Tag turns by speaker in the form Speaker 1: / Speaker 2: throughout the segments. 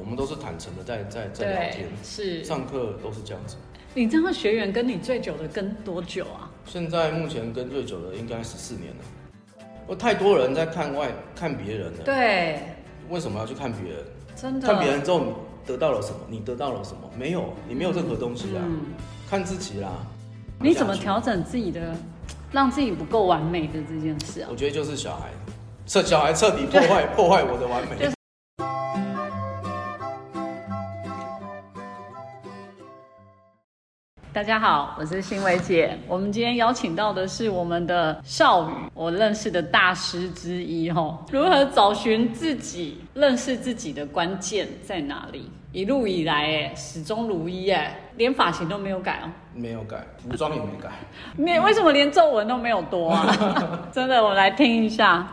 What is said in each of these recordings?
Speaker 1: 们都是坦诚的在在在聊
Speaker 2: 对
Speaker 1: 天，，
Speaker 2: 是。
Speaker 1: 上课都是这样子。
Speaker 2: 你这样的学员跟你最久的跟多久啊？
Speaker 1: 现在目前跟最久的应该十四年了。我太多人在看外看别人了，
Speaker 2: 对，
Speaker 1: 为什么要去看别人？
Speaker 2: 真的。
Speaker 1: 看别人之后你得到了什么？你得到了什么？没有，你没有任何东西啊。
Speaker 2: 嗯，
Speaker 1: 看自己啦。
Speaker 2: 你怎么
Speaker 1: 下去
Speaker 2: 调整自己的，让自己不够完美的这件事啊？
Speaker 1: 我觉得就是小孩，彻小孩彻底破坏破坏我的完
Speaker 2: 就
Speaker 1: 美
Speaker 2: 是。大家好，我是欣伟姐。我们今天邀请到的是我们的少宇，我认识的大师之一哦。如何找寻自己、认识自己的关键在哪里？一路以来，哎，始终如一，哎，连发型都没有改哦。
Speaker 1: 没有改，服装也没改。
Speaker 2: 你为什么连皱纹都没有多 啊？真的，我来听一下。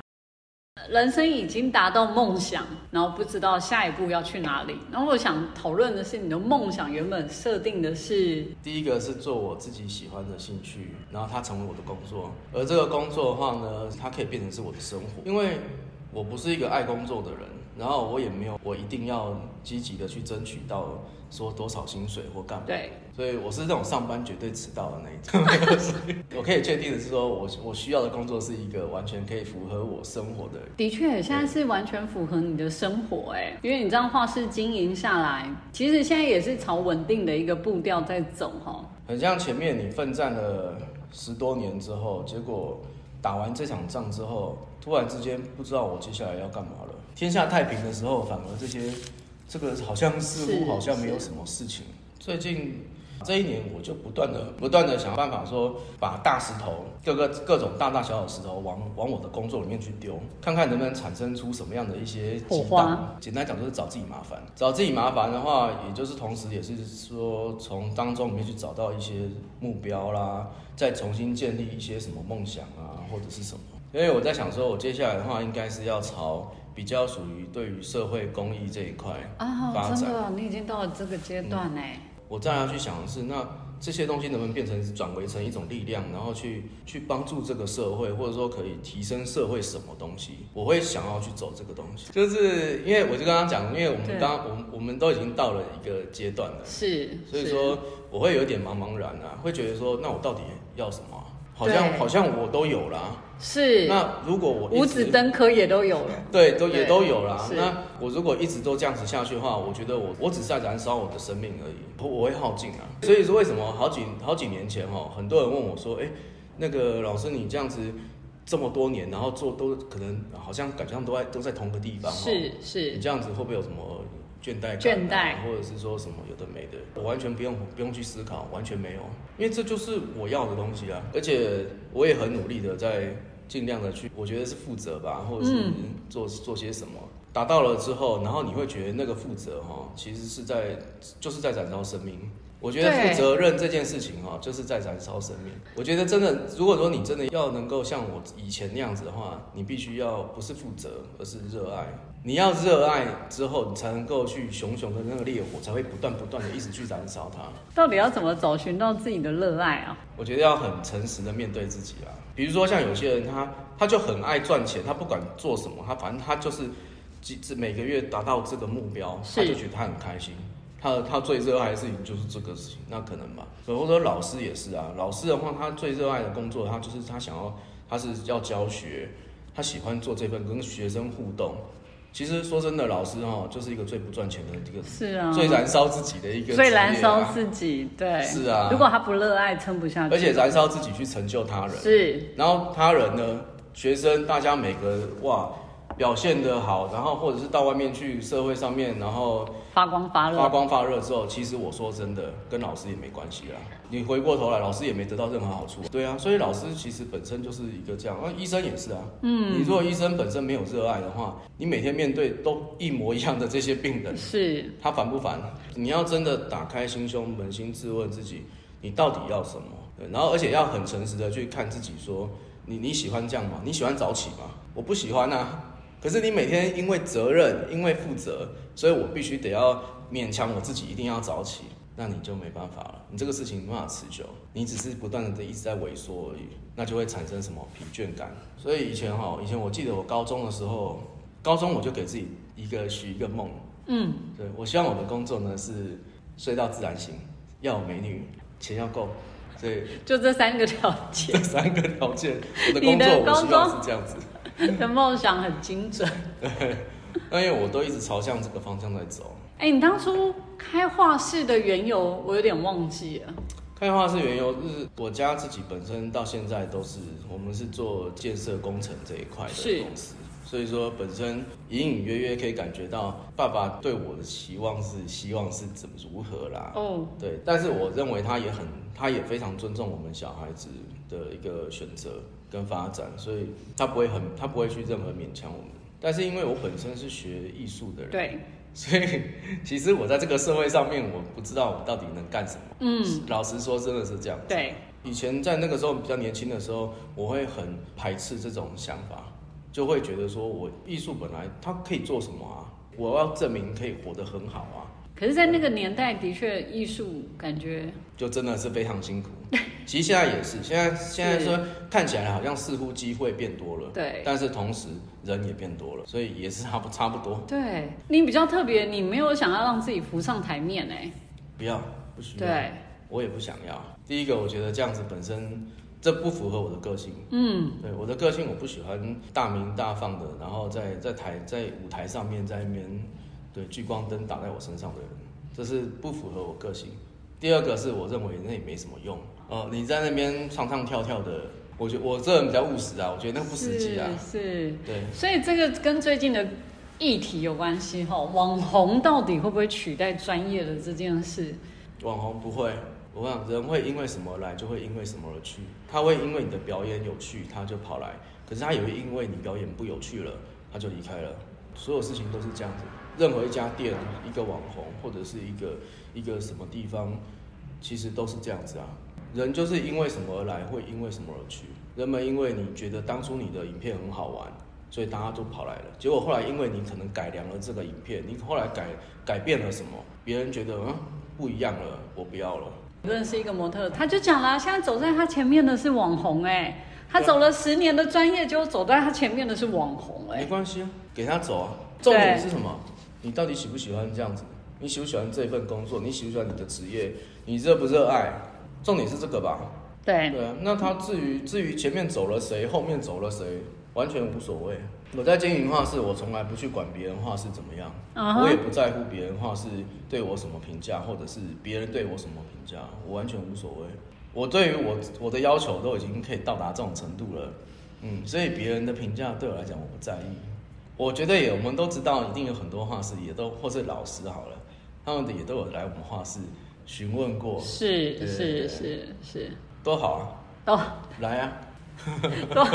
Speaker 2: 人生已经达到梦想，然后不知道下一步要去哪里。然后我想讨论的是，你的梦想原本设定的是，
Speaker 1: 第一个是做我自己喜欢的兴趣，然后它成为我的工作。而这个工作的话呢，它可以变成是我的生活，因为我不是一个爱工作的人，然后我也没有我一定要积极的去争取到说多少薪水或干嘛。
Speaker 2: 对，
Speaker 1: 所以我是那种上班绝对迟到的那一种。 所以我可以确定的是说，我我需要的工作是一个完全可以符合我生活的
Speaker 2: 的确现在是完全符合你的生活哎、因为你这样画室经营下来，其实现在也是朝稳定的一个步调在走哈。
Speaker 1: 很像前面你奋战了十多年之后，结果打完这场仗之后，突然之间不知道我接下来要干嘛了。天下太平的时候，反而这些这个好像似
Speaker 2: 是
Speaker 1: 乎好像没有什么事情。最近这一年，我就不断的不断的想办法说，把大石头各个各种大大小小石头往往我的工作里面去丢，看看能不能产生出什么样的一些
Speaker 2: 火
Speaker 1: 激
Speaker 2: 花
Speaker 1: 荡简单讲就是找自己麻烦，找自己麻烦的话，也就是同时也是说从当中里面去找到一些目标啦，再重新建立一些什么梦想啊，或者是什么。因为我在想说，我接下来的话应该是要朝比较属于对于社会公益这一块，
Speaker 2: 啊
Speaker 1: 发，展嗯
Speaker 2: 真的，你已经到了这个阶段哎、
Speaker 1: 我再要去想的是，那这些东西能不能变成转为成一种力量，然后去去帮助这个社会，或者说可以提升社会什么东西？我会想要去走这个东西，就是因为我就刚刚讲，因为我
Speaker 2: 对
Speaker 1: 们刚我们我们都已经到了一个阶段了，
Speaker 2: 是，
Speaker 1: 所以
Speaker 2: 是
Speaker 1: 说我会有点茫茫然啊，会觉得说，那我到底要什么啊？好
Speaker 2: 对
Speaker 1: 像好像我都有啦，
Speaker 2: 是
Speaker 1: 那如果我一
Speaker 2: 五
Speaker 1: 直
Speaker 2: 指登科也都有了。
Speaker 1: 对，都
Speaker 2: 对
Speaker 1: 也都有啦。
Speaker 2: 是
Speaker 1: 那我如果一直都这样子下去的话，我觉得我我只是在燃烧我的生命而已，我我会耗尽啊。所以是为什么好几好几年前哦，很多人问我说，哎、那个老师你这样子这么多年，然后做都可能好像感觉他们都在都在同个地方、哦，
Speaker 2: 是
Speaker 1: 你
Speaker 2: 是，
Speaker 1: 这样子会不会有什么倦怠感、啊？
Speaker 2: 倦怠
Speaker 1: 或者是说什么有的没的，我完全不用不用去思考，完全没有，因为这就是我要的东西啊。而且我也很努力的在尽量的去，我觉得是负责吧，或者是
Speaker 2: 嗯
Speaker 1: 做、做些什么。达到了之后，然后你会觉得那个负责哈、其实是在就是在燃烧生命。我觉得
Speaker 2: 对
Speaker 1: 负责任这件事情哈、就是在燃烧生命。我觉得真的，如果说你真的要能够像我以前那样子的话，你必须要不是负责，而是热爱。你要热爱之后，你才能够去熊熊的那个烈火，才会不断不断的一直去燃烧它。
Speaker 2: 到底要怎么找寻到自己的热爱啊？
Speaker 1: 我觉得要很诚实的面对自己啊。比如说像有些人他，他就很爱赚钱，他不管做什么，他反正他就是几只每个月达到这个目标，
Speaker 2: 是
Speaker 1: 他就觉得他很开心。他他最热爱的事情就是这个事情，那可能吧。所以或者说老师也是啊，老师的话，他最热爱的工作，他就是他想要，他是要教学，他喜欢做这份跟学生互动。其实说真的，老师哦，就是一个最不赚钱的一个，
Speaker 2: 是啊，
Speaker 1: 最燃烧自己的一个、
Speaker 2: 最燃烧自己，对，
Speaker 1: 是啊
Speaker 2: 如果他不热爱，撑不下去。
Speaker 1: 而且燃烧自己去成就他人。
Speaker 2: 是
Speaker 1: 然后他人呢，学生大家每个哇表现得好，然后或者是到外面去社会上面，然后
Speaker 2: 发光
Speaker 1: 发
Speaker 2: 发热，
Speaker 1: 光发热之后，其实我说真的，跟老师也没关系啦。你回过头来，老师也没得到任何好处。对啊，所以老师其实本身就是一个这样，那医生也是啊。嗯，你如果医生本身没有热爱的话，你每天面对都一模一样的这些病人，
Speaker 2: 是
Speaker 1: 他烦不烦？你要真的打开心胸，扪心自问自己，你到底要什么？对然后而且要很诚实的去看自己说你你喜欢这样吗？你喜欢早起吗？我不喜欢啊。可是你每天因为责任，因为负责，所以我必须得要勉强我自己一定要早起，那你就没办法了。你这个事情没办法持久，你只是不断的一直在萎缩而已，那就会产生什么疲倦感。所以以前哈，以前我记得我高中的时候，高中我就给自己一个许一个梦，
Speaker 2: 嗯，
Speaker 1: 对我希望我的工作呢是睡到自然醒，要有美女，钱要够，所 以
Speaker 2: 就这三个条件
Speaker 1: 这，三个条件，我的
Speaker 2: 你
Speaker 1: 工
Speaker 2: 的
Speaker 1: 作我
Speaker 2: 工
Speaker 1: 希望是
Speaker 2: 作
Speaker 1: 这样子。
Speaker 2: 你的梦想很精准。
Speaker 1: 那因为我都一直朝向这个方向在走。
Speaker 2: 哎、你当初开画室的缘由，我有点忘记了。
Speaker 1: 看画是缘由，就是我家自己本身到现在都是我们是做建设工程这一块
Speaker 2: 是
Speaker 1: 的公司，所以说本身隐隐约约可以感觉到爸爸对我的期望是希望是怎么如何啦。
Speaker 2: 哦，
Speaker 1: 对，但是我认为他也很，他也非常尊重我们小孩子的一个选择跟发展，所以他不会很，他不会去任何勉强我们。但是因为我本身是学艺术的人，
Speaker 2: 对，
Speaker 1: 所以 其实我在这个社会上面，我不知道我到底能干什么。
Speaker 2: 嗯，
Speaker 1: 老实说，真的是这样。
Speaker 2: 对，
Speaker 1: 以前在那个时候比较年轻的时候，我会很排斥这种想法，就会觉得说我艺术本来它可以做什么啊？我要证明可以活得很好啊，
Speaker 2: 可是，在那个年代，的确艺术感觉
Speaker 1: 就真的是非常辛苦。其实现在也是，现在现在说看起来好像似乎机会变多了，
Speaker 2: 对
Speaker 1: 但是同时人也变多了，所以也是差不差不多。
Speaker 2: 对你比较特别，你没有想要让自己浮上台面哎、
Speaker 1: 不要，不需要。
Speaker 2: 对，
Speaker 1: 我也不想要。第一个，我觉得这样子本身这不符合我的个性。
Speaker 2: 嗯，
Speaker 1: 对我的个性，我不喜欢大鸣大放的，然后在在台在舞台上面在那边对聚光灯打在我身上的人，这是不符合我个性。第二个是我认为那也没什么用。哦、你在那边唱唱跳跳的，我觉我这人比较务实啊，我觉得那不实际啊。
Speaker 2: 是，
Speaker 1: 对，
Speaker 2: 是所以这个跟最近的议题有关系哈、网红到底会不会取代专业的这件事？
Speaker 1: 网红不会，我想人会因为什么来，就会因为什么而去。他会因为你的表演有趣，他就跑来；可是他也会因为你表演不有趣了，他就离开了。所有事情都是这样子。任何一家店、一个网红或者是一个一个什么地方，其实都是这样子啊。人就是因为什么而来，会因为什么而去。人们因为你觉得当初你的影片很好玩，所以大家都跑来了。结果后来因为你可能改良了这个影片，你后来改改变了什么，别人觉得嗯不一样了，我不要了。
Speaker 2: 我认识一个模特，他就讲啦，现在走在他前面的是网红哎、他
Speaker 1: 对
Speaker 2: 走了十年的专业，结果走在他前面的是网红哎、
Speaker 1: 没关系啊，给他走啊。重点是什么？你到底喜不喜欢这样子？你喜不喜欢这份工作？你喜不喜欢你的职业？你热不热爱？重点是这个吧。
Speaker 2: 对，
Speaker 1: 对啊，那他至于至于前面走了谁，后面走了谁，完全无所谓。我在经营画室，我从来不去管别人画室怎么样
Speaker 2: 嗯哼
Speaker 1: 我也不在乎别人画室对我什么评价，或者是别人对我什么评价，我完全无所谓。我对于我我的要求都已经可以到达这种程度了，嗯，所以别人的评价对我来讲我不在意。我觉得也，我们都知道，一定有很多画室也都，或是老师好了，他们的也都有来我们画室询问过，
Speaker 2: 是
Speaker 1: 对
Speaker 2: 是
Speaker 1: 对
Speaker 2: 是是，
Speaker 1: 多好啊，
Speaker 2: 哦，
Speaker 1: 来 啊，
Speaker 2: 都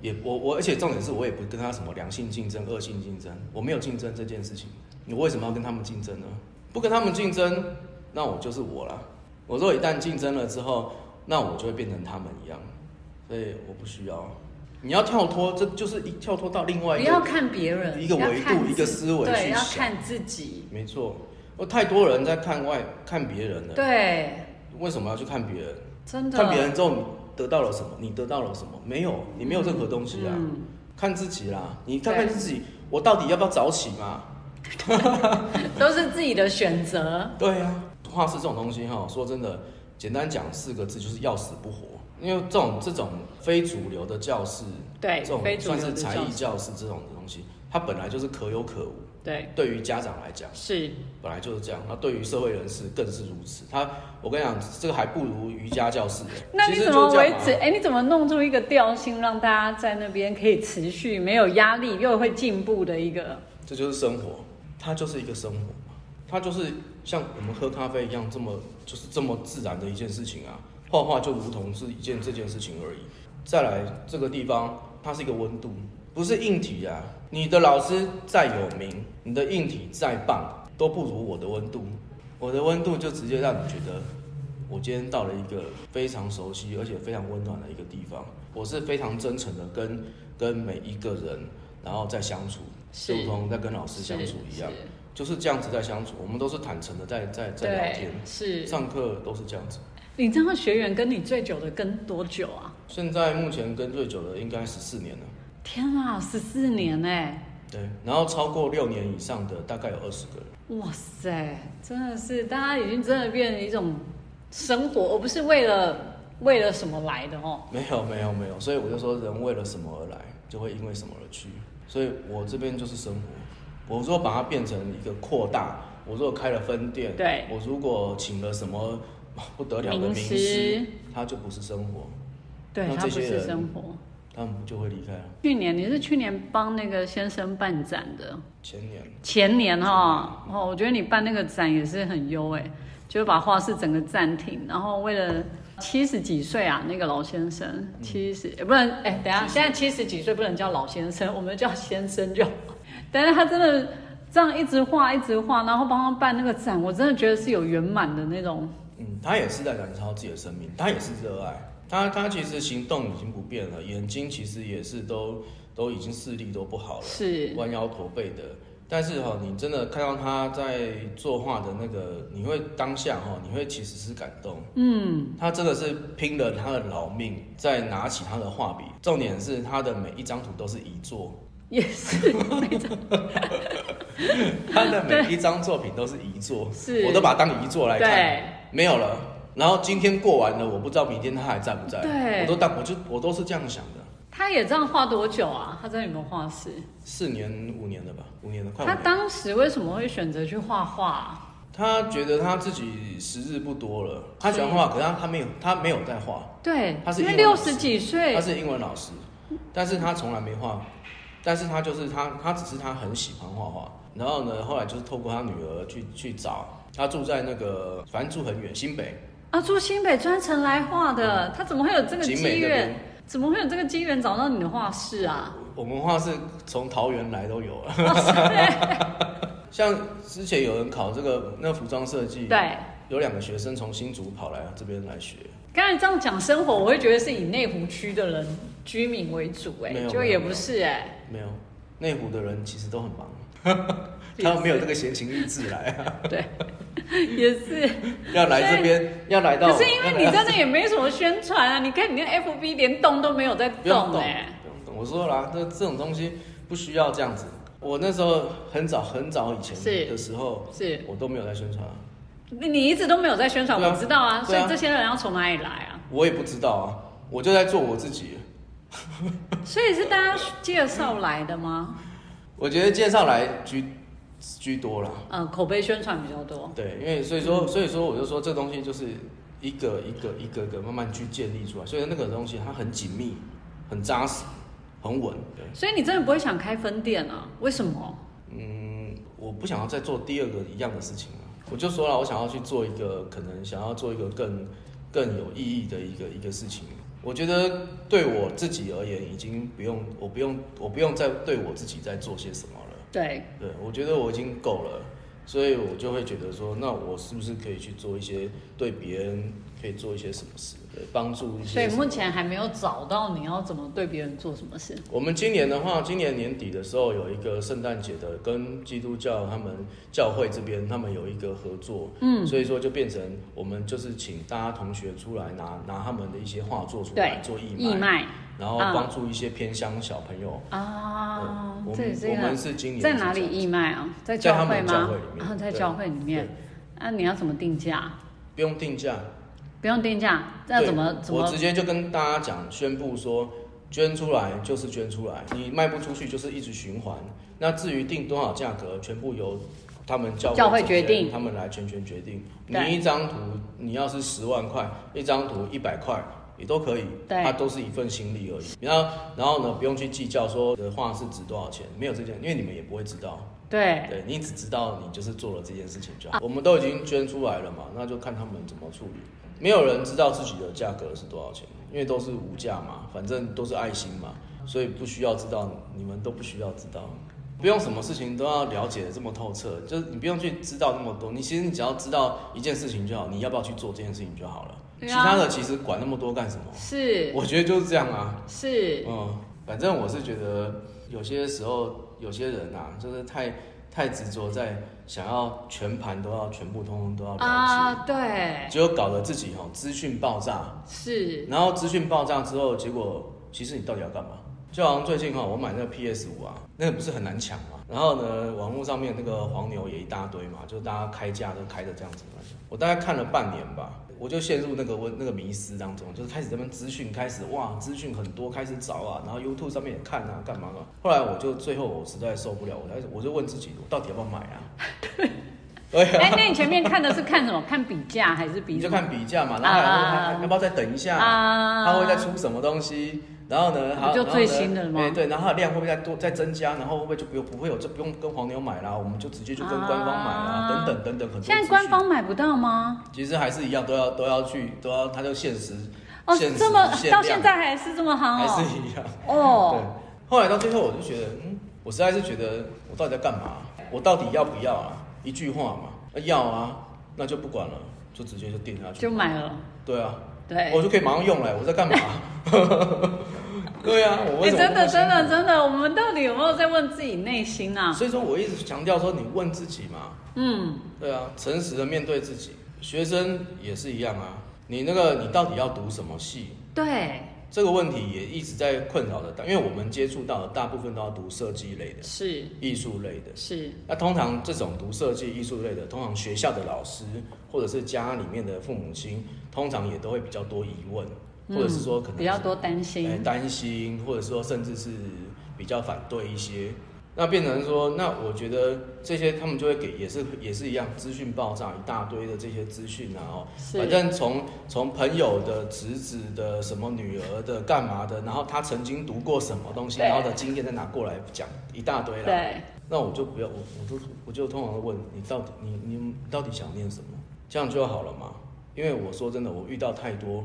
Speaker 1: 也我我，而且重点是我也不跟他什么良性竞争、恶性竞争，我没有竞争这件事情。你为什么要跟他们竞争呢？不跟他们竞争，那我就是我啦。我若一旦竞争了之后，那我就会变成他们一样，所以我不需要。你要跳脱，这就是一跳脱到另外
Speaker 2: 不
Speaker 1: 一
Speaker 2: 要
Speaker 1: 个，
Speaker 2: 看别人，
Speaker 1: 一个
Speaker 2: 要
Speaker 1: 维度
Speaker 2: 看
Speaker 1: 一个
Speaker 2: 自
Speaker 1: 思维
Speaker 2: 对，
Speaker 1: 去
Speaker 2: 要
Speaker 1: 想
Speaker 2: 看自己，
Speaker 1: 没错。有太多人在看外看别人了，
Speaker 2: 对，
Speaker 1: 为什么要去看别人？
Speaker 2: 真的
Speaker 1: 看别人之后，你得到了什么？你得到了什么？没有，你没有任何东西啊。
Speaker 2: 嗯
Speaker 1: 看自己啦，你看
Speaker 2: 对
Speaker 1: 看自己，我到底要不要早起嘛？
Speaker 2: 都是自己的选择。
Speaker 1: 对呀、画室这种东西哈，说真的，简单讲四个字就是要死不活。因为这种这种非主流的教室，
Speaker 2: 对
Speaker 1: 这种
Speaker 2: 非主流
Speaker 1: 算
Speaker 2: 的
Speaker 1: 是才艺
Speaker 2: 教室
Speaker 1: 教室这种的东西，它本来就是可有可无。
Speaker 2: 对，
Speaker 1: 对于家长来讲，
Speaker 2: 是，
Speaker 1: 本来就是这样。那对于社会人士更是如此。他，我跟你讲，这个还不如瑜伽教室。
Speaker 2: 那
Speaker 1: 其
Speaker 2: 你
Speaker 1: 实
Speaker 2: 怎
Speaker 1: 就
Speaker 2: 么
Speaker 1: 是这
Speaker 2: 维
Speaker 1: 样嘛啊
Speaker 2: 持？哎、你怎么弄出一个调性，让大家在那边可以持续没有压力又会进步的一个？
Speaker 1: 这就是生活，它就是一个生活嘛，它就是像我们喝咖啡一样，这么就是这么自然的一件事情啊。画画就如同是一件这件事情而已。再来这个地方，它是一个温度，不是硬体啊。你的老师再有名，你的硬体再棒，都不如我的温度。我的温度就直接让你觉得，我今天到了一个非常熟悉而且非常温暖的一个地方。我是非常真诚的跟跟每一个人，然后再相处，
Speaker 2: 是
Speaker 1: 就如同在跟老师相处一样，就是这样子在相处。我们都是坦诚的在在
Speaker 2: 是
Speaker 1: 在聊
Speaker 2: 对
Speaker 1: 天，，
Speaker 2: 是。
Speaker 1: 上课都是这样子。
Speaker 2: 你知道学员跟你最久的跟多久啊？
Speaker 1: 现在目前跟最久的应该十四年了，
Speaker 2: 天啊，十四年哎、
Speaker 1: 对，然后超过六年以上的大概有二十个人。
Speaker 2: 哇塞，真的是大家已经真的变成一种生活，而不是为了为了什么来的哦。
Speaker 1: 没有没有没有，所以我就说人为了什么而来，就会因为什么而去。所以我这边就是生活，我如果把它变成一个扩大，我如果开了分店，
Speaker 2: 对
Speaker 1: 我如果请了什么不得了的
Speaker 2: 名
Speaker 1: 名
Speaker 2: 师
Speaker 1: 师，他就不是生活，
Speaker 2: 对，
Speaker 1: 那
Speaker 2: 它
Speaker 1: 这
Speaker 2: 不
Speaker 1: 些
Speaker 2: 是
Speaker 1: 人
Speaker 2: 生活。
Speaker 1: 他们就会离开了。
Speaker 2: 去年你是去年帮那个先生办展的，
Speaker 1: 前年
Speaker 2: 前年哈、哦，我觉得你办那个展也是很优哎，就是把画室整个暂停，然后为了七十几岁啊，那个老先生
Speaker 1: 嗯
Speaker 2: 七十、呃不能哎，等一下现在七十几岁不能叫老先生，我们叫先生就好。 但是他真的这样一直画一直画，然后帮他办那个展，我真的觉得是有圆满的那种。
Speaker 1: 嗯，他也是在燃烧自己的生命，他也是热爱。他他其实行动已经不变了，眼睛其实也是都都已经视力都不好了，
Speaker 2: 是，
Speaker 1: 弯腰驼背的。但是哈、你真的看到他在作画的那个，你会当下哈、你会其实是感动。
Speaker 2: 嗯，
Speaker 1: 他真的是拼了他的老命，再拿起他的画笔。重点是他的每一张图都是遗作，
Speaker 2: 也是那种
Speaker 1: 他的每一张作品都是遗作，
Speaker 2: 是
Speaker 1: 我都把它当遗作来看。
Speaker 2: 对。
Speaker 1: 没有了，然后今天过完了，我不知道明天他还在不在。
Speaker 2: 对
Speaker 1: 我都当我就我都是这样想的。
Speaker 2: 他也这样画多久啊？他在你们画室？
Speaker 1: 四年五年了吧，五年了，快五
Speaker 2: 他
Speaker 1: 年了。
Speaker 2: 当时为什么会选择去画画啊？
Speaker 1: 他觉得他自己时日不多了，他喜欢画，可是他他没有他没有在画，
Speaker 2: 对，
Speaker 1: 他是
Speaker 2: 因为
Speaker 1: 英文
Speaker 2: 六
Speaker 1: 老
Speaker 2: 十
Speaker 1: 师
Speaker 2: 几岁
Speaker 1: 他，是英文老师，但是他从来没画，但是他就是他，他只是他很喜欢画画。然后呢，后来就是透过他女儿去去找，他住在那个，反正住很远，新北
Speaker 2: 啊，住新北专程来画的，他怎么会有这个
Speaker 1: 景嗯美
Speaker 2: 机
Speaker 1: 那
Speaker 2: 缘
Speaker 1: 边？。
Speaker 2: 怎么会有这个机缘找到你的画室啊？
Speaker 1: 我们画是从桃园来都有了，
Speaker 2: 哦
Speaker 1: 像之前有人考这个那服装设计，
Speaker 2: 对，
Speaker 1: 有两个学生从新竹跑来这边来学，
Speaker 2: 刚才这样讲生活，我会觉得是以内湖区的人居民为主、
Speaker 1: 没
Speaker 2: 哎，
Speaker 1: 有
Speaker 2: 就
Speaker 1: 没有
Speaker 2: 也
Speaker 1: 没
Speaker 2: 不
Speaker 1: 有
Speaker 2: 是、哎，
Speaker 1: 没有内湖的人其实都很忙，他们没有这个闲情逸致来啊，
Speaker 2: 对，哎也是。
Speaker 1: 要来这边要来到，
Speaker 2: 可是因为你
Speaker 1: 要来
Speaker 2: 真的也没什么宣传啊，你看你那 FB 连动都没有在
Speaker 1: 不用
Speaker 2: 动、
Speaker 1: 懂，
Speaker 2: 哎，
Speaker 1: 不用懂。我说了啦，这这种东西不需要这样子。我那时候很早很早以
Speaker 2: 是
Speaker 1: 前的时候，
Speaker 2: 是
Speaker 1: 我都没有在宣传啊，
Speaker 2: 你你一直都没有在宣传，
Speaker 1: 对啊
Speaker 2: 我知道啊，所
Speaker 1: 对啊
Speaker 2: 以这些人要从哪里来啊？
Speaker 1: 我也不知道啊，我就在做我自己。啊
Speaker 2: 所以是大家介绍来的吗？
Speaker 1: 我觉得介绍来居居多啦，
Speaker 2: 呃，口碑宣传比较多。
Speaker 1: 对，因为所以说所以说我就说这东西就是一个一个一个个慢慢去建立出来，所以那个东西它很紧密、很扎实、很稳。对，
Speaker 2: 所以你真的不会想开分店啊？为什么？
Speaker 1: 嗯，我不想要再做第二个一样的事情了。我就说了，我想要去做一个可能想要做一个更更有意义的一个一个事情。我觉得对我自己而言，已经不用，我不用，我不用再对我自己在做些什么了。
Speaker 2: 对，
Speaker 1: 对，我觉得我已经够了，所以我就会觉得说，那我是不是可以去做一些对别人可以做一些什么事，对，帮助一
Speaker 2: 所以
Speaker 1: 些什
Speaker 2: 目
Speaker 1: 么。
Speaker 2: 前还没有找到你要怎么对别人做什么事。
Speaker 1: 我们今年的话，今年年底的时候有一个圣诞节的，跟基督教他们教会这边他们有一个合作，嗯，所以说就变成我们就是请大家同学出来拿拿他们的一些画作出来
Speaker 2: 对
Speaker 1: 做义卖，
Speaker 2: 义卖
Speaker 1: 然后
Speaker 2: 啊
Speaker 1: 帮助一些偏乡小朋友。
Speaker 2: 啊
Speaker 1: 对，我
Speaker 2: 这也
Speaker 1: 们
Speaker 2: 是一
Speaker 1: 我们
Speaker 2: 个
Speaker 1: 是今年
Speaker 2: 在
Speaker 1: 是
Speaker 2: 哪里
Speaker 1: 这样
Speaker 2: 义卖啊？在
Speaker 1: 在
Speaker 2: 教
Speaker 1: 他
Speaker 2: 会
Speaker 1: 们的
Speaker 2: 吗
Speaker 1: 教会里？面
Speaker 2: 啊，在
Speaker 1: 对
Speaker 2: 教会里面。那、你要怎么定价？
Speaker 1: 不用定价，
Speaker 2: 不用定价，那
Speaker 1: 对
Speaker 2: 怎么怎
Speaker 1: 我
Speaker 2: 么
Speaker 1: 直？接就跟大家讲，宣布说，捐出来就是捐出来，你卖不出去就是一直循环。那至于定多少价格，全部由他们教
Speaker 2: 教会
Speaker 1: 总
Speaker 2: 决
Speaker 1: 监
Speaker 2: 定
Speaker 1: 他们来全权决定。你
Speaker 2: 对
Speaker 1: 一张图，你要是十万块，一张图一百块。也都可以，
Speaker 2: 对
Speaker 1: 它都是一份心力而已。然后，然后呢，不用去计较说的画是值多少钱，没有这件，因为你们也不会知道。
Speaker 2: 对，啊
Speaker 1: 对你只知道你就是做了这件事情就好。我们都已经捐出来了嘛，那就看他们怎么处理。没有人知道自己的价格是多少钱，因为都是无价嘛，反正都是爱心嘛，所以不需要知道，你们都不需要知道，不用什么事情都要了解得这么透彻，就是你不用去知道那么多，你其实你只要知道一件事情就好，你要不要去做这件事情就好了。
Speaker 2: 对
Speaker 1: 其
Speaker 2: 啊
Speaker 1: 他的其实管那么多干什么？
Speaker 2: 是
Speaker 1: 我觉得就是这样啊。
Speaker 2: 是，
Speaker 1: 嗯，反正我是觉得有些时候有些人啊，就是太太执着在想要全盘都要全部通通都要了解，
Speaker 2: 啊，对，
Speaker 1: 结果搞得自己哦资讯爆炸，
Speaker 2: 是
Speaker 1: 然后资讯爆炸之后，结果其实你到底要干嘛？就好像最近哈、我买那个 PS 五啊，那个不是很难抢嘛。然后呢，网络上面那个黄牛也一大堆嘛，就大家开价都开的这样子。我大概看了半年吧，我就陷入那个温那个迷失当中，就是开始这边资讯开始哇，资讯很多，开始找啊，然后 YouTube 上面也看啊，干嘛干嘛。后来我就最后我实在受不了，我在我就问自己，我到底要不要买啊？对，对
Speaker 2: 哎、
Speaker 1: 啊，
Speaker 2: 那你前面看的是看什么？看比价还是比
Speaker 1: 你
Speaker 2: 什
Speaker 1: 就
Speaker 2: 么？
Speaker 1: 看比价嘛，然后还
Speaker 2: 啊
Speaker 1: 还还要不要再等一下？
Speaker 2: 啊
Speaker 1: 它会再出什么东西，然后呢，还有然后
Speaker 2: 就
Speaker 1: 呢
Speaker 2: 最新的了吗
Speaker 1: 哎对，然后它的量会不会再多再增加？然后会不会就不用不会有就不用跟黄牛买啦？我们就直接就跟官方买啦，
Speaker 2: 啊
Speaker 1: 等等等等很多。
Speaker 2: 现在官方买不到吗？
Speaker 1: 其实还是一样，都要都要去都要，它就限时，
Speaker 2: 哦，
Speaker 1: 限时
Speaker 2: 这么
Speaker 1: 限量啊
Speaker 2: 到现在还是这么夯
Speaker 1: 还是
Speaker 2: 哦。
Speaker 1: 一样。对
Speaker 2: 哦，，
Speaker 1: 后来到最后我就觉得，嗯，我实在是觉得我到底在干嘛？我到底要不要啊？一句话嘛，啊要啊，那就不管了，就直接就定下去
Speaker 2: 就。买了。
Speaker 1: 对啊，
Speaker 2: 对，
Speaker 1: 我就可以马上用了，我在干嘛？ 对啊，我为
Speaker 2: 哎、
Speaker 1: 什么、
Speaker 2: 真的真的真的，我们到底有没有在问自己内心啊？
Speaker 1: 所以说我一直强调说，你问自己嘛，
Speaker 2: 嗯，
Speaker 1: 对啊，诚实的面对自己。学生也是一样啊，你那个你到底要读什么系？
Speaker 2: 对，
Speaker 1: 这个问题也一直在困扰着大，因为我们接触到的大部分都要读设计类的、
Speaker 2: 是
Speaker 1: 艺术类的。
Speaker 2: 是，
Speaker 1: 那通常这种读设计、艺术类的，通常学校的老师或者是家里面的父母亲，通常也都会比较多疑问，或者是说可能
Speaker 2: 嗯、比较
Speaker 1: 是
Speaker 2: 多担心，
Speaker 1: 哎担心，或者说甚至是比较反对一些。那变成说，那我觉得这些他们就会给，也是也是一样，资讯爆炸一大堆的这些资讯啊，哦，
Speaker 2: 是
Speaker 1: 反正从从朋友的侄子的什么女儿的干嘛的，然后他曾经读过什么东西，
Speaker 2: 对
Speaker 1: 然后的经验再拿过来讲一大堆啦。
Speaker 2: 对，
Speaker 1: 那我就不要，我我就我就通常会问你到底你你到底想念什么，这样就好了嘛。因为我说真的，我遇到太多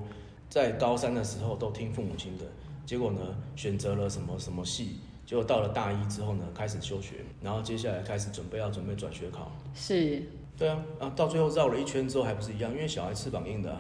Speaker 1: 在高三的时候都听父母亲的，结果呢选择了什么什么系，结果到了大一之后呢开始休学，然后接下来开始准备要准备转学考。
Speaker 2: 是
Speaker 1: 对啊，啊到最后绕了一圈之后还不是一样，因为小孩翅膀硬的、啊，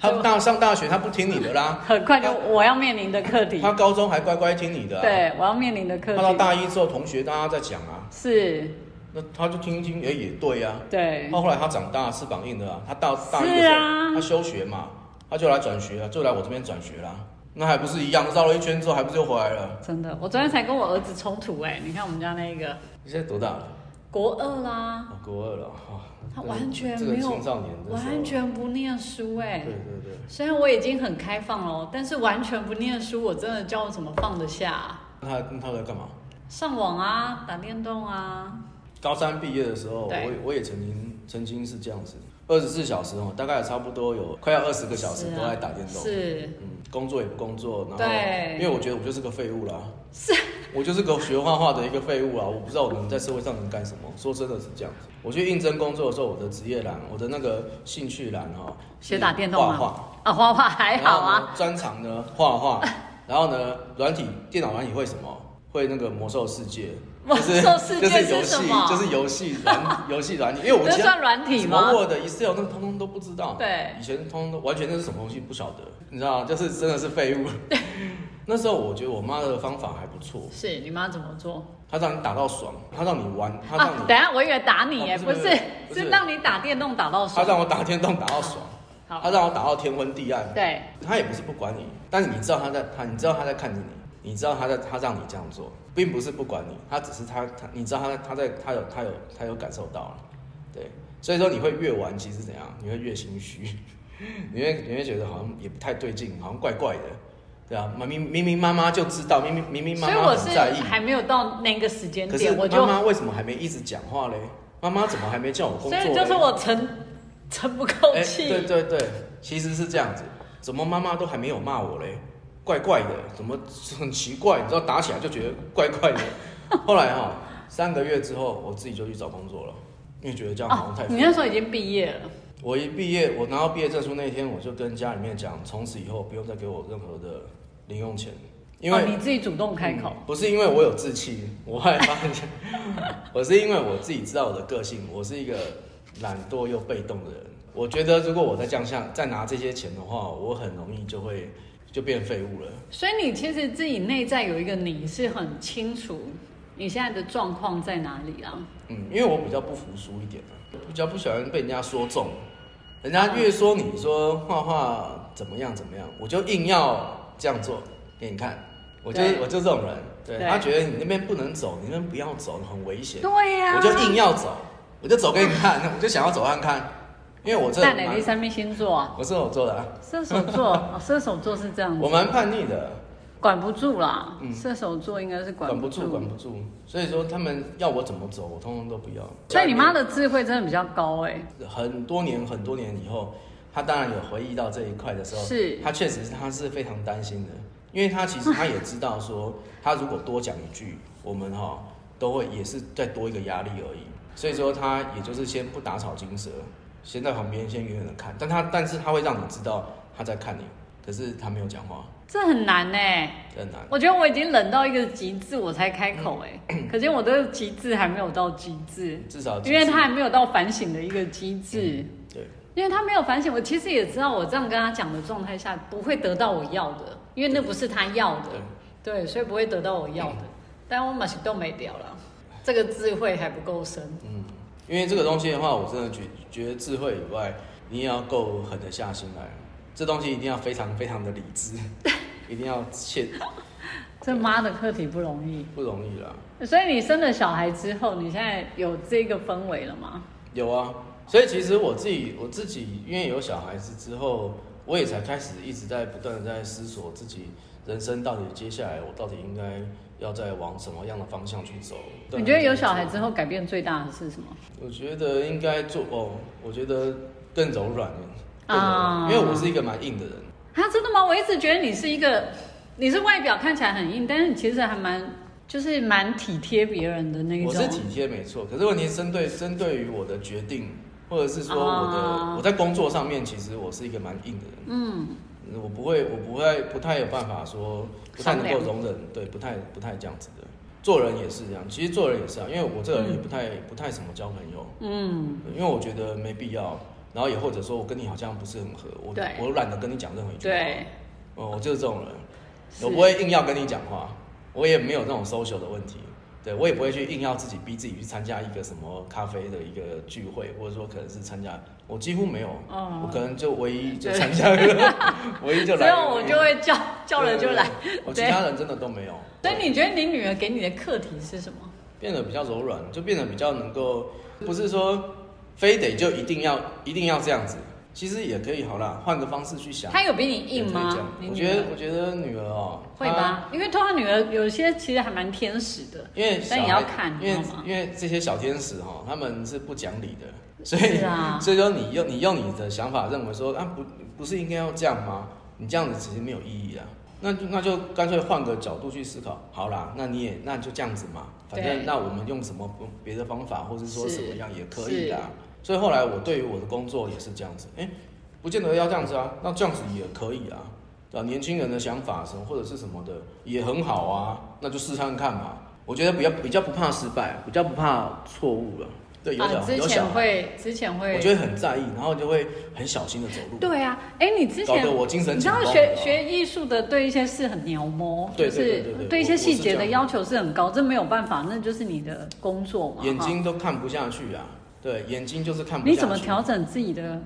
Speaker 1: 他大上大学他不听你的 啦，
Speaker 2: 很快就我要面临的课题，
Speaker 1: 他高中还乖乖听你的、啊，，
Speaker 2: 对，我要面临的课
Speaker 1: 他到
Speaker 2: 题
Speaker 1: 大一之后同学大家在讲啊。
Speaker 2: 是，
Speaker 1: 那他就听一听，哎、也对呀、啊。
Speaker 2: 对，
Speaker 1: 到后来他长大，翅膀硬了啊，他到大一的
Speaker 2: 是
Speaker 1: 时候，
Speaker 2: 啊
Speaker 1: 他休学嘛，他就来转学了，就来我这边转学啦。那还不是一样，绕了一圈之后，还不是又回来了？
Speaker 2: 真的，我昨天才跟我儿子冲突哎、你看我们家那个
Speaker 1: 你现在多大了？
Speaker 2: 国二啦，
Speaker 1: 哦，国二了哈。
Speaker 2: 啊他完全
Speaker 1: 嗯这个
Speaker 2: 没有
Speaker 1: 青少年的时候，
Speaker 2: 完全不念书哎、
Speaker 1: 对对对，
Speaker 2: 虽然我已经很开放了，但是完全不念书，我真的教我怎么放得下啊、
Speaker 1: 那他那他在干嘛？
Speaker 2: 上网啊，打电动啊，
Speaker 1: 高三毕业的时候，我
Speaker 2: 对
Speaker 1: 也我也曾经曾经是这样子，二十四小时哦，大概也差不多有快要二十个小时
Speaker 2: 是啊
Speaker 1: 都在打电动。
Speaker 2: 是
Speaker 1: 嗯，工作也不工作，然后
Speaker 2: 对
Speaker 1: 因为我觉得我就是个废物啦，是，我就是个学画画的一个废物啊，我不知道我能在社会上能干什么。说真的是这样子，我去应征工作的时候，我的职业栏，我的那个兴趣栏哈，
Speaker 2: 学打电动吗
Speaker 1: 是画画
Speaker 2: 啊，画画还好
Speaker 1: 然后
Speaker 2: 啊，
Speaker 1: 呢，专长呢画画， 然后呢，软体电脑软体会什么？会那个魔兽世界，
Speaker 2: 魔
Speaker 1: 就是
Speaker 2: 兽世界
Speaker 1: 就是游
Speaker 2: 是什
Speaker 1: 戏
Speaker 2: 么，
Speaker 1: 就是游戏 软游戏软体，因为我
Speaker 2: 这
Speaker 1: 其他
Speaker 2: 算软体
Speaker 1: 什
Speaker 2: 吗
Speaker 1: 么？Word、Excel 那个通通都不知道。
Speaker 2: 对
Speaker 1: 以前通通都完全那是什么东西不晓得，你知道吗，就是真的是废物。 那时候我觉得我妈的方法还不错，
Speaker 2: 是你妈怎么做？
Speaker 1: 她让你打到爽，她让你玩，她让
Speaker 2: 啊，
Speaker 1: 你，
Speaker 2: 等一下我以为打你耶，
Speaker 1: 哦
Speaker 2: 不
Speaker 1: 不是
Speaker 2: 是，
Speaker 1: 不是
Speaker 2: 是让你打电动打到
Speaker 1: 她
Speaker 2: 爽。
Speaker 1: 让我打电动打到爽，她
Speaker 2: 好，
Speaker 1: 让我打到天昏地暗。
Speaker 2: 对，
Speaker 1: 她也不是不管你，但是你知道她在，她你知道她在看着你，你知道她在，她让你这样做，并不是不管你，她只是她，她你知道她在，她在，她有，她有，她有感受到了，对，所以说你会越玩，其实怎样，你会越心虚，你会你会觉得好像也不太对劲，好像怪怪的，对啊，明明明明妈妈就知道，明明明明妈
Speaker 2: 所以
Speaker 1: 妈
Speaker 2: 我
Speaker 1: 很
Speaker 2: 是
Speaker 1: 在意，
Speaker 2: 还没有到那个时间
Speaker 1: 可是
Speaker 2: 点，我
Speaker 1: 妈
Speaker 2: 就
Speaker 1: 妈为什么还没一直讲话嘞？妈妈怎么还没叫我工
Speaker 2: 所
Speaker 1: 作嘞？
Speaker 2: 以就是我沉沉不够
Speaker 1: 哎、
Speaker 2: 气。
Speaker 1: 对对对，其实是这样子，怎么妈妈都还没有骂我嘞？怪怪的，怎么很奇怪？你知道打起来就觉得怪 怪的。后来哈、三个月之后，我自己就去找工作了，因为觉得这样好像
Speaker 2: 哦
Speaker 1: 太、，
Speaker 2: 你那时候已经毕业了，
Speaker 1: 我一毕业，我拿到毕业证书那一天，我就跟家里面讲，从此以后不用再给我任何的零用钱，因为、
Speaker 2: 哦、你自己主动开口
Speaker 1: 嗯，不是因为我有志气，我害怕， 我是因为我自己知道我的个性，我是一个懒惰又被动的人。我觉得如果我再这样下，再拿这些钱的话，我很容易就会就变废物了。
Speaker 2: 所以你其实自己内在有一个你是很清楚你现在的状况在哪里啊。
Speaker 1: 嗯，因为我比较不服输一点啊，比较不喜欢被人家说中，人家越说你说画画怎么样怎么样，我就硬要这样做。给你看。我就是
Speaker 2: 对
Speaker 1: 我就是这种人，对
Speaker 2: 对
Speaker 1: 他觉得你那边不能走，你那边不要走，很危险，
Speaker 2: 对呀、
Speaker 1: 我就硬要走，我就走给你看，我就想要走看看，因为我这
Speaker 2: 但哪第
Speaker 1: 蛮
Speaker 2: 三面星座啊？
Speaker 1: 我射手座的啊，
Speaker 2: 射手 座，哦射手座是这样
Speaker 1: 我
Speaker 2: 子，
Speaker 1: 蛮叛逆的，
Speaker 2: 管不住啦。
Speaker 1: 嗯
Speaker 2: 射手座应该是管
Speaker 1: 管不
Speaker 2: 不
Speaker 1: 住，管不住，所以说他们要我怎么走，我通通都不要。
Speaker 2: 所以你妈的智慧真的比较高哎、
Speaker 1: 很多年很多年以后，他当然有回忆到这一块的时候，
Speaker 2: 是
Speaker 1: 他确实是他是非常担心的，因为他其实他也知道说，他如果多讲一句，我们哈、都会也是再多一个压力而已，所以说他也就是先不打草惊蛇，先在旁边先远远的看，但他但是他会让你知道他在看你，可是他没有讲话，
Speaker 2: 这很难哎、
Speaker 1: 这很难。
Speaker 2: 我觉得我已经冷到一个极致，我才开口哎、
Speaker 1: 嗯
Speaker 2: 可见我的极致还没有到极致，
Speaker 1: 至少嗯
Speaker 2: 因为他还没有到反省的一个机制。
Speaker 1: 对
Speaker 2: 因为他没有反省，我其实也知道，我这样跟他讲的状态下不会得到我要的，因为那不是他要的，对，所以不会得到我要的。但我马上都没掉了，这个智慧还不够深。
Speaker 1: 嗯，因为这个东西的话，我真的觉觉得智慧以外，你也要够狠得下心来。这东西一定要非常非常的理智， 一定要切，
Speaker 2: 这妈的课题不容易。
Speaker 1: 不容易啦。
Speaker 2: 所以你生了小孩之后，你现在有这个氛围了吗？
Speaker 1: 有啊，所以其实我自己我自己因为有小孩子之后，我也才开始一直在不断的在思索自己人生到底接下来我到底应该要再往什么样的方向去走。啊
Speaker 2: 你觉得有小孩之后改变最大的是什么？
Speaker 1: 我觉得应该做哦，我觉得更柔软，更柔
Speaker 2: 啊
Speaker 1: 软，因为我是一个蛮硬的人。
Speaker 2: 啊，真的吗？我一直觉得你是一个，你是外表看起来很硬，但是你其实还蛮，就是蛮体贴别人的那一
Speaker 1: 我
Speaker 2: 种。
Speaker 1: 是体贴没错，可是问题是针对针对于我的决定，或者是说我的、
Speaker 2: 啊
Speaker 1: 我在工作上面，其实我是一个蛮硬的人，
Speaker 2: 嗯。
Speaker 1: 我不会我不会不太有办法说不太能够
Speaker 2: 商量
Speaker 1: 容忍，对，不太不太这样子的。做人也是这样，其实做人也是啊，因为我这个人也不太、不太什么交朋友，
Speaker 2: 嗯，
Speaker 1: 因为我觉得没必要。然后也或者说我跟你好像不是很合，我
Speaker 2: 对
Speaker 1: 我懒得跟你讲任何一句话。
Speaker 2: 对，
Speaker 1: 哦，我就是这种人，
Speaker 2: 是
Speaker 1: 我不会硬要跟你讲话，我也没有那种 social 的问题，对我也不会去硬要自己逼自己去参加一个什么咖啡的一个聚会，或者说可能是参加，我几乎没有，
Speaker 2: 哦
Speaker 1: 我可能就唯一就
Speaker 2: 对
Speaker 1: 参加了，唯一就
Speaker 2: 只
Speaker 1: 来
Speaker 2: 有
Speaker 1: 了，
Speaker 2: 我就会叫叫了就来。
Speaker 1: 对，对对我其
Speaker 2: 对
Speaker 1: 他人真的都没有，
Speaker 2: 所
Speaker 1: 对
Speaker 2: 以你觉得你女儿给你的课题是什么？
Speaker 1: 变得比较柔软，就变得比较能够，不是说非得就一定要一定要这样子，其实也可以好啦，换个方式去想。
Speaker 2: 她有比你
Speaker 1: 也可
Speaker 2: 硬
Speaker 1: 以
Speaker 2: 吗
Speaker 1: 这样？
Speaker 2: 你
Speaker 1: 我
Speaker 2: 女
Speaker 1: 觉
Speaker 2: 儿
Speaker 1: 得，我觉得女儿哦，
Speaker 2: 会
Speaker 1: 她
Speaker 2: 吧？因为通常女儿有些其实还蛮天使的，
Speaker 1: 因为小
Speaker 2: 嗯但
Speaker 1: 孩
Speaker 2: 也要看
Speaker 1: 因为
Speaker 2: 你知道吗
Speaker 1: 因为这些小天使哈，他们是不讲理的，所以
Speaker 2: 是啊
Speaker 1: 所以说你用你用你的想法认为说啊不不是应该要这样吗？你这样子其实没有意义啊，那就那就干脆换个角度去思考，好啦，那你也那就这样子嘛，反
Speaker 2: 对
Speaker 1: 正那我们用什么别的方法，或者说
Speaker 2: 是
Speaker 1: 什么样也可以啦。所以后来我对于我的工作也是这样子，哎、不见得要这样子啊，那这样子也可以啊，对吧、年轻人的想法什么或者是什么的也很好啊，那就试看看嘛。我觉得比较比较不怕失败，比较不怕错误了。对，有小、
Speaker 2: 啊，之
Speaker 1: 有
Speaker 2: 前
Speaker 1: 小孩，
Speaker 2: 会之前会
Speaker 1: 我，就会很在意，然后就会很小心的走路，
Speaker 2: 对啊，哎，你之
Speaker 1: 搞
Speaker 2: 前
Speaker 1: 得我精神
Speaker 2: 你知
Speaker 1: 紧绷
Speaker 2: 道
Speaker 1: 的啊。
Speaker 2: 学学艺术的对一些事很描摹，
Speaker 1: 对
Speaker 2: 就
Speaker 1: 对对
Speaker 2: 是
Speaker 1: 对对
Speaker 2: 对一些
Speaker 1: 我
Speaker 2: 细
Speaker 1: 我是这
Speaker 2: 节
Speaker 1: 样
Speaker 2: 的要求是很高，这没有办法，那就是你的工作嘛。
Speaker 1: 眼
Speaker 2: 哈
Speaker 1: 睛都看不下去啊，对，眼睛就是看不下去。
Speaker 2: 你怎么调整自己的，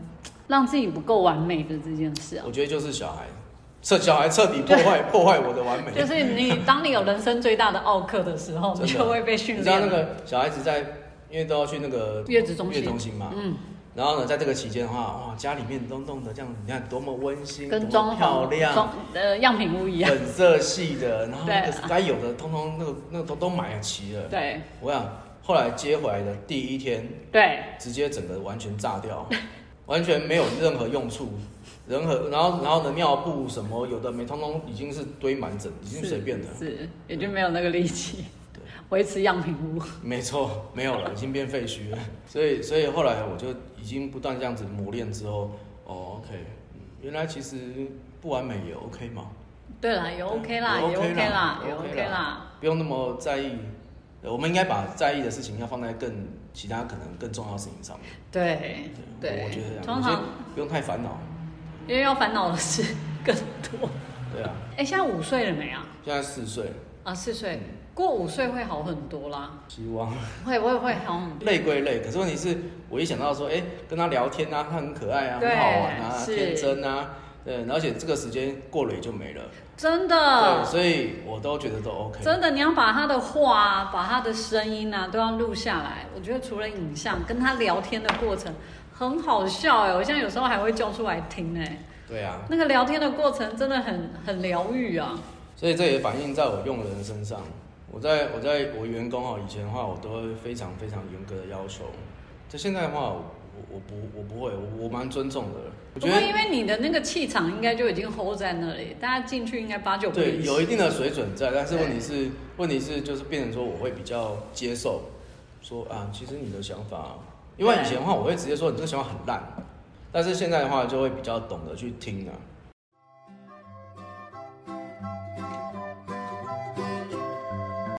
Speaker 2: 让自己不够完美的这件事啊？
Speaker 1: 我觉得就是小孩，彻小孩彻底破坏破坏我的完 美。
Speaker 2: 就是你当你有人生最大的奥克的时候，你
Speaker 1: 真的
Speaker 2: 就会被训
Speaker 1: 你知道
Speaker 2: 练。
Speaker 1: 那个小孩子在，因为都要去那个
Speaker 2: 月子中心
Speaker 1: 月心嘛。
Speaker 2: 嗯，
Speaker 1: 然后呢，在这个期间的话，哇，家里面都弄得这样，你看多么温馨，
Speaker 2: 跟
Speaker 1: 多么
Speaker 2: 装
Speaker 1: 漂
Speaker 2: 潢
Speaker 1: 亮，
Speaker 2: 装呃样品屋一样。
Speaker 1: 本色系的，然后那
Speaker 2: 对
Speaker 1: 个该有的通通那个那个都都买齐了。
Speaker 2: 对
Speaker 1: 我想后来接回来的第一天，
Speaker 2: 对，
Speaker 1: 直接整个完全炸 掉，完全没有任何用处，人和然后然后呢，尿布什么有的没，通通已经是堆满整，已经
Speaker 2: 是
Speaker 1: 随便的，
Speaker 2: 是也就没有那个力气
Speaker 1: 对
Speaker 2: 维持样品屋。
Speaker 1: 没错，没有了，已经变废墟了。所以，所以后来我就已经不断这样子磨练之后，哦，OK，嗯原来其实不完美也 OK 嘛，
Speaker 2: 对啦，也 OK 啦，
Speaker 1: 也
Speaker 2: 也
Speaker 1: OK
Speaker 2: 啦
Speaker 1: 啦，
Speaker 2: 也
Speaker 1: 也 OK
Speaker 2: OK 啦。
Speaker 1: 不用那么在意。呃我们应该把在意的事情要放在更其他可能更重要的事情上面。
Speaker 2: 对
Speaker 1: 我
Speaker 2: 对
Speaker 1: 觉得，这样，
Speaker 2: 通
Speaker 1: 有些
Speaker 2: 常
Speaker 1: 不用太烦恼。
Speaker 2: 因为要烦恼的事更多。
Speaker 1: 对啊，
Speaker 2: 哎，现在五岁了没啊？
Speaker 1: 现在四岁，
Speaker 2: 啊，四
Speaker 1: 嗯
Speaker 2: 岁，过五岁会好很多啦，
Speaker 1: 希望
Speaker 2: 会会会好很多。
Speaker 1: 累归累，可是问题是，我一想到说，哎、跟他聊天啊，他很可爱啊，
Speaker 2: 对
Speaker 1: 很好玩啊，
Speaker 2: 是
Speaker 1: 天真啊，对，而且这个时间过了也就没了。
Speaker 2: 真
Speaker 1: 对，
Speaker 2: 的，
Speaker 1: 所以我都觉得都 OK。
Speaker 2: 嗯真的，你要把他的话、啊、把他的声音啊都要录下来。我觉得除了影像，跟他聊天的过程很好笑哎、我现在有时候还会叫出来听哎、
Speaker 1: 对啊，
Speaker 2: 那个聊天的过程真的很很疗愈啊。
Speaker 1: 所以这也反映在我用人身上。我在我在我员工哦，以前的话我都会非常非常严格的要求，这现在的话我我不我不会，我我蛮尊重的。我
Speaker 2: 不
Speaker 1: 觉
Speaker 2: 过
Speaker 1: 得
Speaker 2: 因为你的那个气场应该就已经 hold 在那里，大家进去应该八九不
Speaker 1: 对
Speaker 2: 离
Speaker 1: 有
Speaker 2: 十。
Speaker 1: 一定的水准在，但是问题是问题是就是变成说我会比较接受，说啊，其实你的想法，因为以前的话我会直接说你这个想法很烂，但是现在的话就会比较懂得去听啊。